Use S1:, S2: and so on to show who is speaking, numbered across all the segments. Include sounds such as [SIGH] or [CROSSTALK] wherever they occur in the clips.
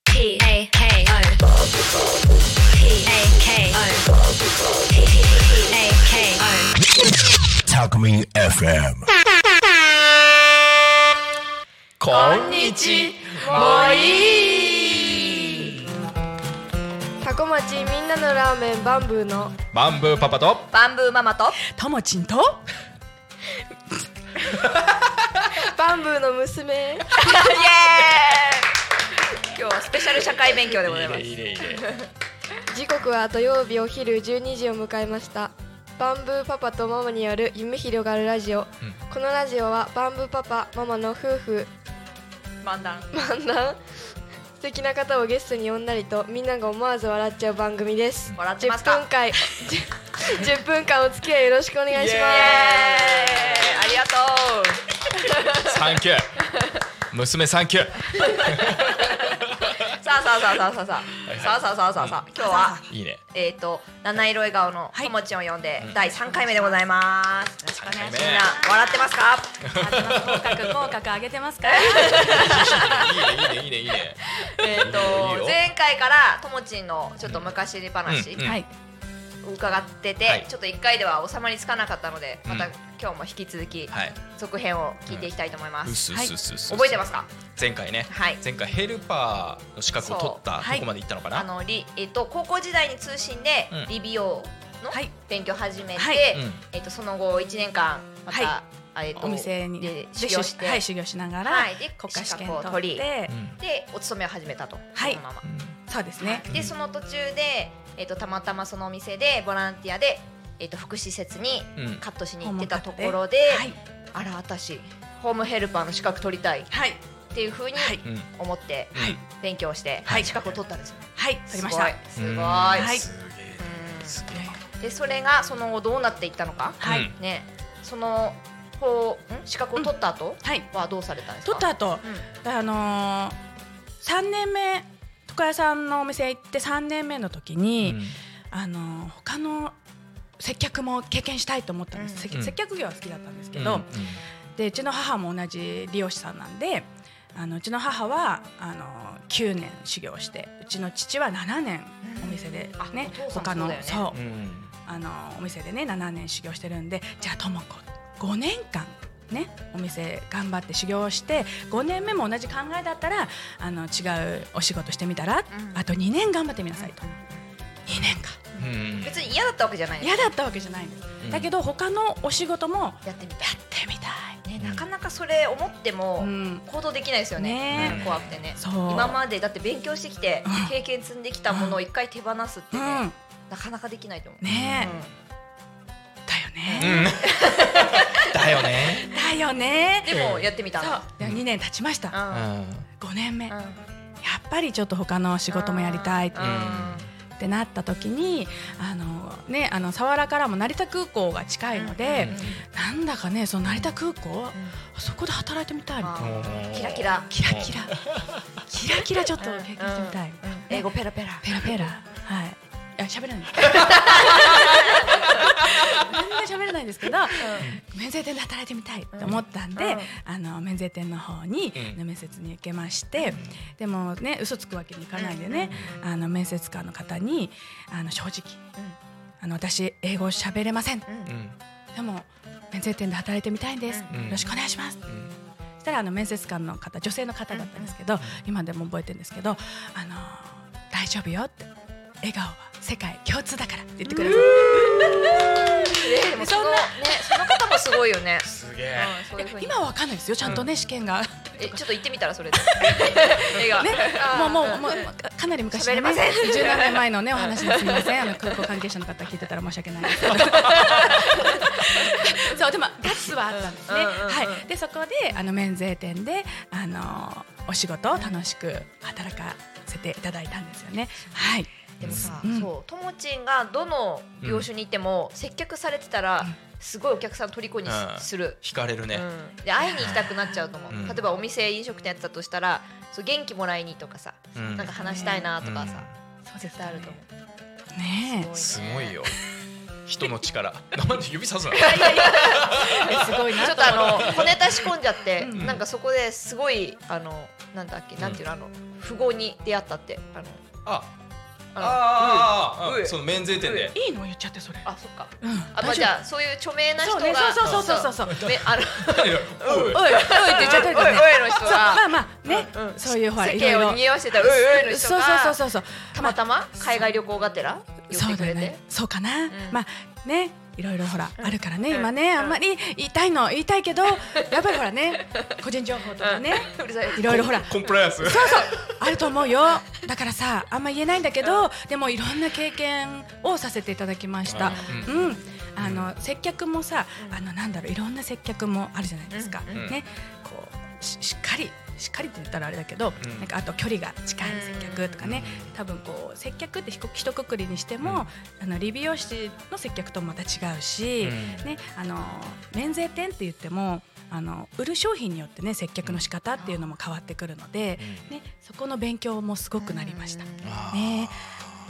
S1: P A K O. P A K O. P A K O.
S2: Talk Me FM
S3: こんにちもい
S4: タコ町みんなのラーメンバンブーの
S3: バンブーパパと
S5: バンブーママと
S6: ともちんと
S4: バンブーの娘
S5: イエーイ今日はスペシャル社会勉強でございます
S3: いいねいいね
S4: 時刻は土曜日お昼12時を迎えましたバンブーパパとママによる夢広がるラジオ、このラジオはバンブーパパママの夫婦
S5: 漫談
S4: 漫談素敵な方をゲストに呼んだりとみんなが思わず笑っちゃう番組です
S5: 笑ってますか
S4: 10分間10分間お付き合いよろしくお願いし
S5: イエーイ
S4: ます
S5: ありがと
S3: サンキュー娘サンキュー
S5: うさあさあさあさあさあさあさあさあさあさあさあ今日はい
S3: いね
S5: えっと七色笑顔の
S6: はい
S5: ともちんを呼んで第三回目でございますよろしくお願いしますみんな笑ってますか
S6: 口角口角上げてますから
S3: いいねいいねいいねいいね
S5: えっと
S3: いいよ
S5: 前回からともちんのちょっと昔話
S3: うんうん
S6: はい
S5: 伺って
S3: はい
S5: てちょっと一回では収まりつかなかったのでまた
S3: うん
S5: 今日も引き続き
S3: はい
S5: 続編を聞いていきたいと思います
S3: うすうすうすうす
S5: 覚えてますか
S3: 前回ね
S5: はい
S3: 前回ヘルパーの資格を取った
S6: そう
S3: どこまで行ったのか
S5: あ
S3: な
S5: のりえっと高校時代に通信で
S3: うん
S5: 理美容の
S6: はい
S5: 勉強を始めて、
S6: はい
S3: うん
S5: えっとその後一年間また、
S6: は
S5: あえっと
S6: お店に
S5: で
S6: で
S5: 修行して、
S6: はい修行しながら
S5: はいで
S6: 国家試
S5: 資
S6: 験
S5: 格を取
S6: 取
S5: り
S6: って
S3: うん
S5: でお勤めを始めたと、
S6: はい
S5: そのまま、
S6: そうですね
S5: でその途中でえっとたまたまそのお店でボランティアでえっと福祉施設に
S3: うん
S5: カットしに行ってたところで、
S6: はい
S5: あら私ホームヘルパーの資格取りたいっ
S6: はい
S5: ていうふうに
S6: はい
S3: うん
S5: 思って
S3: はい
S5: 勉強して
S6: はい
S5: 資格を取ったんですよ、
S6: はい取りましたは
S5: すごいすごい、
S3: うん
S6: い
S5: うんでそれがその後どうなっていったのか、
S6: は
S3: うん
S6: い
S5: ねそのこうん資格を取った後
S6: はい
S5: はどうされたんですか
S6: 取った後
S5: うん
S6: あの三年目床屋さんのお店行って三年目の時
S3: う
S6: に、
S3: ん
S6: あの他の接客も経験したいと思ったんです、
S5: うん
S6: 接
S3: うん
S6: 接客業は好きだったんですけ
S3: う
S6: ど、
S3: ん
S6: でうちの母も同じ理容師さんなんであのうちの母はあの9年修行してうちの父は7年お店で
S5: うんあ
S6: ね
S5: お父さん
S6: 他
S5: そう
S6: の
S5: だよね
S6: そう
S3: うんうん
S6: あのお店でね7年修行してるんでじゃあともこ5年間ねお店頑張って修行して5年目も同じ考えだったらあの違うお仕事してみたら、
S5: うん
S6: あと2年頑張ってみなさいと2年か
S3: うん
S5: 別に嫌だったわけじゃない
S6: 嫌だったわけじゃないんです、
S3: うん
S6: だけど他のお仕事もやっ
S5: やってみ
S6: てみた
S5: たいねなかなかそれ思って
S6: い、う
S5: も
S6: ん、
S5: 行動できないですよね
S6: ね
S5: うん怖くてね
S6: そう
S5: 今までだって勉強してきて
S6: うん
S5: 経験積んできたものを一回手放すって
S6: う
S5: ね
S6: ん
S5: なかなかできないと思う
S6: ねえ、
S5: う
S6: だよ
S3: う
S6: ね、
S3: んだよね
S6: だよね
S5: んでもやってみた
S6: そ
S5: ん
S6: う
S5: だ
S6: で2年経ちまし
S5: う
S6: た
S5: ん
S3: う
S6: 5年目や
S5: う
S6: っ
S5: ん
S6: ぱりちょっと他の仕事もやりたいっ
S5: うん
S6: てなった時にあのねあの佐原からも成田空港が近いので、なんだかねその成田空港、あそこで働いてみたいみたいな
S5: あ
S3: ん
S5: キラキラ
S6: キラキラキラキラちょっと経験してみたい、
S5: うんうん英語ペラペラ
S6: ペラペラはいいや喋らない全然喋らないんですけど、免税店で働いてみたいと思ったんで、
S5: うん
S6: あの免税店の方に
S3: うん
S6: 面接に受けまして、でもね嘘つくわけにいかないんでね、あの面接官の方にあの正直、
S5: うん
S6: あの私英語喋れません
S5: うん
S3: うんうん
S6: でも免税店で働いてみたいんです、
S3: うん
S6: よろしくお願いします
S3: うん
S6: そしたらあの面接官の方女性の方だったんですけど、今でも覚えてるんですけど「あのー大丈夫よ」って「笑顔は世界共通だから」って言ってく
S5: え
S6: れ
S5: ーでもそのねその方もすごいよね。
S3: すげえ
S5: うんそういう
S6: た
S5: 風に
S6: 今はわかんないですよちゃんとね、試験がね
S5: えちょっと言ってみたらそれで。映画。
S6: もうもうもうかかなり昔の
S5: 喋れま
S6: ね
S5: せん
S6: 十何年前のねお話ですみませんあの空港関係者の方聞いてたら申し訳ないですけどそうでもガッツはあったんですね、
S5: うんうんうんうん
S6: はいでそこであの免税店であのーお仕事を楽しく働かせていただいたんですよねはい
S5: でもさ、
S6: うん
S5: そうともちんがどの業種にいても接客されてたらすごいお客さん虜に
S3: うん
S5: する。
S3: 惹かれる
S5: う
S3: ね
S5: ん、で会いに行きたくなっちゃうと思う、
S3: うん
S5: 例えばお店飲食店やってたとしたらそう元気もらいにとかさ、
S3: うん
S5: なんか話したいなとかさ、
S6: そうです
S5: 絶対あると思う、
S6: ねえ
S5: ごいね
S3: すごいよ人の力なんで指さすの
S6: すごいな
S5: ちょっ
S6: と
S5: と
S6: 思って
S5: あの小ネタ仕込んじゃって、
S6: うん
S5: なんかそこですごいあのなんだっけ、なんていうのあの富豪に出会ったってあの
S3: ああ
S5: あ
S3: あああ
S5: うえ
S3: その免税店で
S6: いいの言っちゃってそれ
S5: のあそっか
S6: うん
S5: あまあ
S6: 大丈
S5: じ
S6: 夫
S5: ゃあそういう著名な人
S6: そ
S5: が
S6: うねそうそうそうそうそう
S5: うんめ
S6: [LAUGHS]
S5: あの
S3: いやおい
S6: おいおいって言っちゃってるからね
S5: おいおいの人
S6: そ
S5: が
S6: うまあまあね
S5: うん
S6: そういうほら
S5: 世
S6: いろい
S5: 間を
S6: ろ
S5: 匂わせたういういの人
S6: そうそうそう
S5: が
S6: そうそう
S5: たまたま海外旅行がてら寄っ
S6: そ
S5: て
S6: う
S5: く
S6: だ
S5: れ
S6: よ
S5: て、
S6: ねそうかな、
S5: ん
S6: まあねいろいろほら、あるからね
S5: うん
S6: 今ね、
S5: うん
S6: あんまり言いたいの言いたいけどやっぱりほらね個人情報とかね、
S5: うるさい
S6: いろいろほら
S3: コンプライアンス
S6: そうそうあると思うよだからさあんま言えないんだけど、でもいろんな経験をさせていただきました、
S3: う
S6: うんあの接客もさあのなんだろういろんな接客もあるじゃないですか、
S3: うんうん
S6: ねこうししっかりしっかりって言ったらあれだけど、
S3: うん
S6: なんかあと距離が近い接客とかね、多分こう接客ってひこひとくくりにしても、あの理美容師の接客ともまた違うし、
S3: うん
S6: ね、あの免税店って言ってもあの売る商品によってね接客の仕方っていうのも変わってくるので、ね、そこの勉強もすごくなりました。
S3: あー
S6: ね、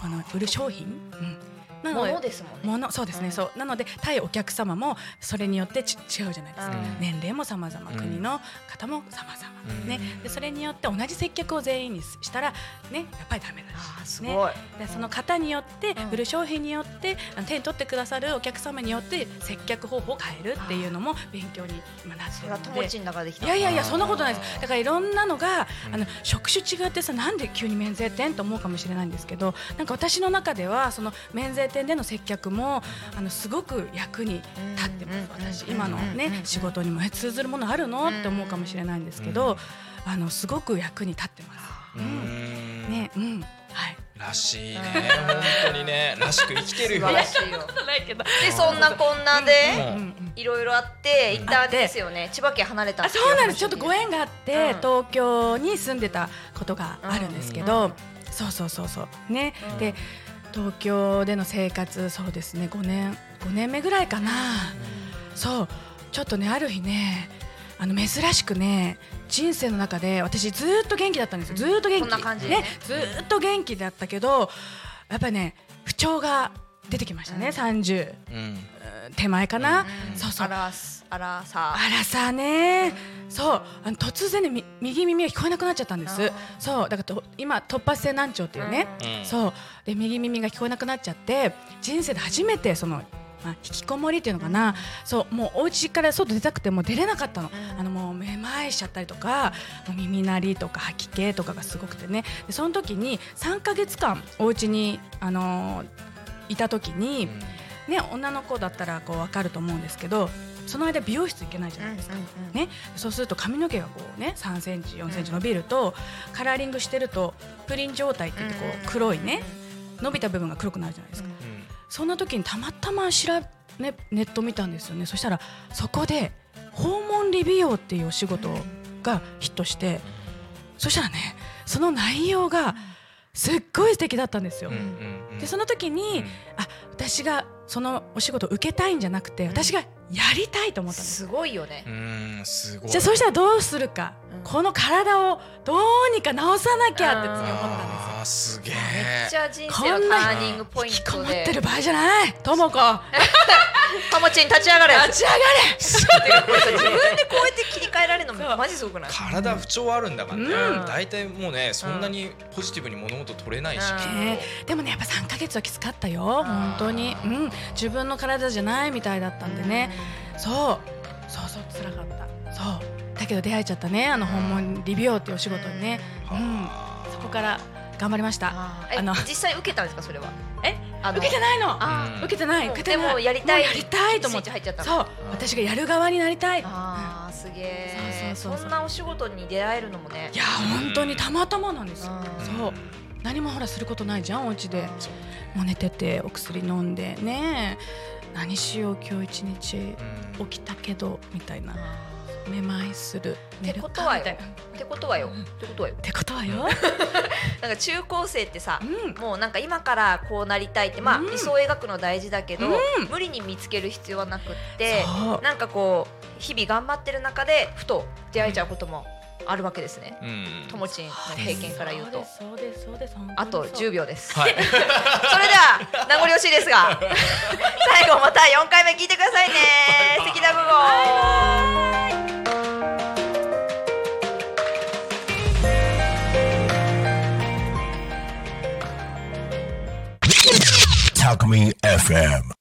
S6: この売る商品、うん、なの
S5: も
S6: で
S5: のですもんね
S6: ものそうですね、
S5: うん
S6: そうなので対お客様もそれによってち違うじゃないですか、
S5: うん
S6: 年齢も様々、
S3: うん
S6: 国の方も様々、
S3: うん
S6: ねでそれによって同じ接客を全員にしたらねやっぱりダメだ
S5: あー
S6: し、
S5: す
S6: ね、
S5: ごい、
S6: でその方によって、
S5: うん
S6: 売る商品によってあの手に取ってくださるお客様によって接客方法を変えるっていうのも勉強に今なって
S5: そ
S6: る
S5: れは
S6: の
S5: 友
S6: で。
S5: 達の中できた
S6: いやいやい
S3: あ
S6: や
S3: ー
S6: そんなことないですだからいろんなのが、
S3: うん
S6: あの職種違ってさなんで急に免税店と思うかもしれないんですけどなんか私の中ではその免税店での接客もあのすごく役に立ってま
S5: う
S6: す、
S5: んうん
S6: 私今のね、
S5: うんうんうん
S6: 仕事にもえ通ずるものあるの、って思うかもしれないんですけど、あのすごく役に立ってます。
S3: うーん
S6: ねうんはい
S3: らしいね
S5: うん
S3: 本当にねらしく生きてる
S5: 素
S3: よ
S5: 晴らしいよ
S6: ないけど
S5: でそんなこんなで、
S3: うん
S5: いろいろあって一旦
S6: あって
S5: ですよね千葉県離れた
S6: あそうなんですちょっとご
S5: 縁
S6: 縁があって、
S5: うん
S6: 東京に住んでたことがあるんですけど、そうそうそうそうね、
S3: うん
S6: で東京での生活そうですね5年5年目ぐらいかな、そうちょっとねある日ねあの珍しくね人生の中で私ずーっと元気だったんですよずーっと元気
S5: こんな感じでね
S6: ずーっと元気だったけどやっぱね不調が出てきましたね、
S5: うん
S6: 30
S3: うん
S6: 手前かな、
S5: うん
S6: そうそう
S5: あらすあらさ
S6: あらさねそうあの突然ねみ右耳が聞こえなくなっちゃったんで
S5: あ
S6: す
S5: ー
S6: そうだからと今突発性難聴っていうね、
S3: うん
S6: そうで右耳が聞こえなくなっちゃって人生で初めてその、まあ、引きこもりっていうのかな、そうもうお家から外出たくても出れなかったの,、
S5: うん
S6: あのもうめまいしちゃったりとかもう耳鳴りとか吐き気とかがすごくてねでその時に3ヶ月間お家にあのーいた時に、ね、女の子だったらこう分かると思うんですけどその間美容室行けないじゃないですか、ね、そうすると髪の毛がこうね3センチ4センチ伸びると、カラーリングしてるとプリン状態って言ってこう黒いね伸びた部分が黒くなるじゃないですか、
S3: うん
S6: そんな時にたまたま知ら、ね、ネット見たんですよねそしたらそこで訪問理美容っていうお仕事がヒットして、そしたらねその内容がすっごい素敵だったんですよ。
S3: うんうんうん
S6: でその時に、あ私がそのお仕事を受けたいんじゃなくて私がやりたいと思ったんです
S5: すごいよね
S3: う、んすごい
S6: じゃあそうしたらどうするか、
S5: うん
S6: この体をどうにか治さなきゃって次思ったんですよ
S3: あーすげえ
S5: めっちゃ人生のターニングポイ
S6: 引
S5: ン
S6: きこ
S5: ト
S6: もっ
S5: で
S6: てる場合じゃないともこ
S5: たもちに立ち上がれ
S6: 立ち上がれ
S5: 自分でこうやって切り替えられるのマジすごくない
S3: 体不調あるんだからね、
S6: うん
S3: 大体もうねそんなにポジティブに物事取れないし、
S5: うん
S3: きっと
S6: ねでもねやっぱ3ヶ月はきつかったよ本当にうん自分の体じゃないみたいだったんでね、そうそうそう辛かったそうだけど出会えちゃったねあの訪問理美容っていうお仕事にねうんそこから頑張りました
S5: あーえ
S6: あの
S5: 実際受けたんですかそれは
S6: え
S5: あの
S6: 受けてないの
S5: あ
S3: ー
S6: 受けてない
S5: もう
S6: 受けてない
S5: でもやりたい
S6: もうやりたいと思っ
S5: ス
S6: て
S5: イッチ入っちゃった
S6: そ
S5: の
S6: う私がやる側になりたい
S5: あーすげえ
S6: そう
S5: そ
S6: そうそうそうん
S5: なお仕事に出会えるのもね
S6: いや本当にたまたまなんですよ
S5: うん
S6: そう何もほらすることないじゃんお家でもう寝ててお薬飲んでね何しよう今日一日
S3: うん
S6: 起きたけどみたいなめまいする
S5: て
S6: 寝るか
S5: ことは
S6: み
S5: よ
S6: たいなっ
S5: ってことはよってことはよ
S6: てことはよ
S5: なんか中高生ってさ
S6: うん
S5: もうなんか今からこうなりたいってまあ
S6: うん
S5: 理想を描くの大事だけど
S6: うん
S5: 無理に見つける必要はなくって
S6: そう
S5: なんかこう日々頑張ってる中でふと出会えちゃうこともあるわけですね
S3: うん
S5: ともちんの経験から言うと
S6: そうですそうですそうです
S5: あと10
S6: 秒
S5: 秒です
S3: はい
S5: [LAUGHS] それでは名残惜しいです
S6: [LAUGHS]
S5: が最後また4回目聞いてくださいね関田午後
S2: Talk Me FM.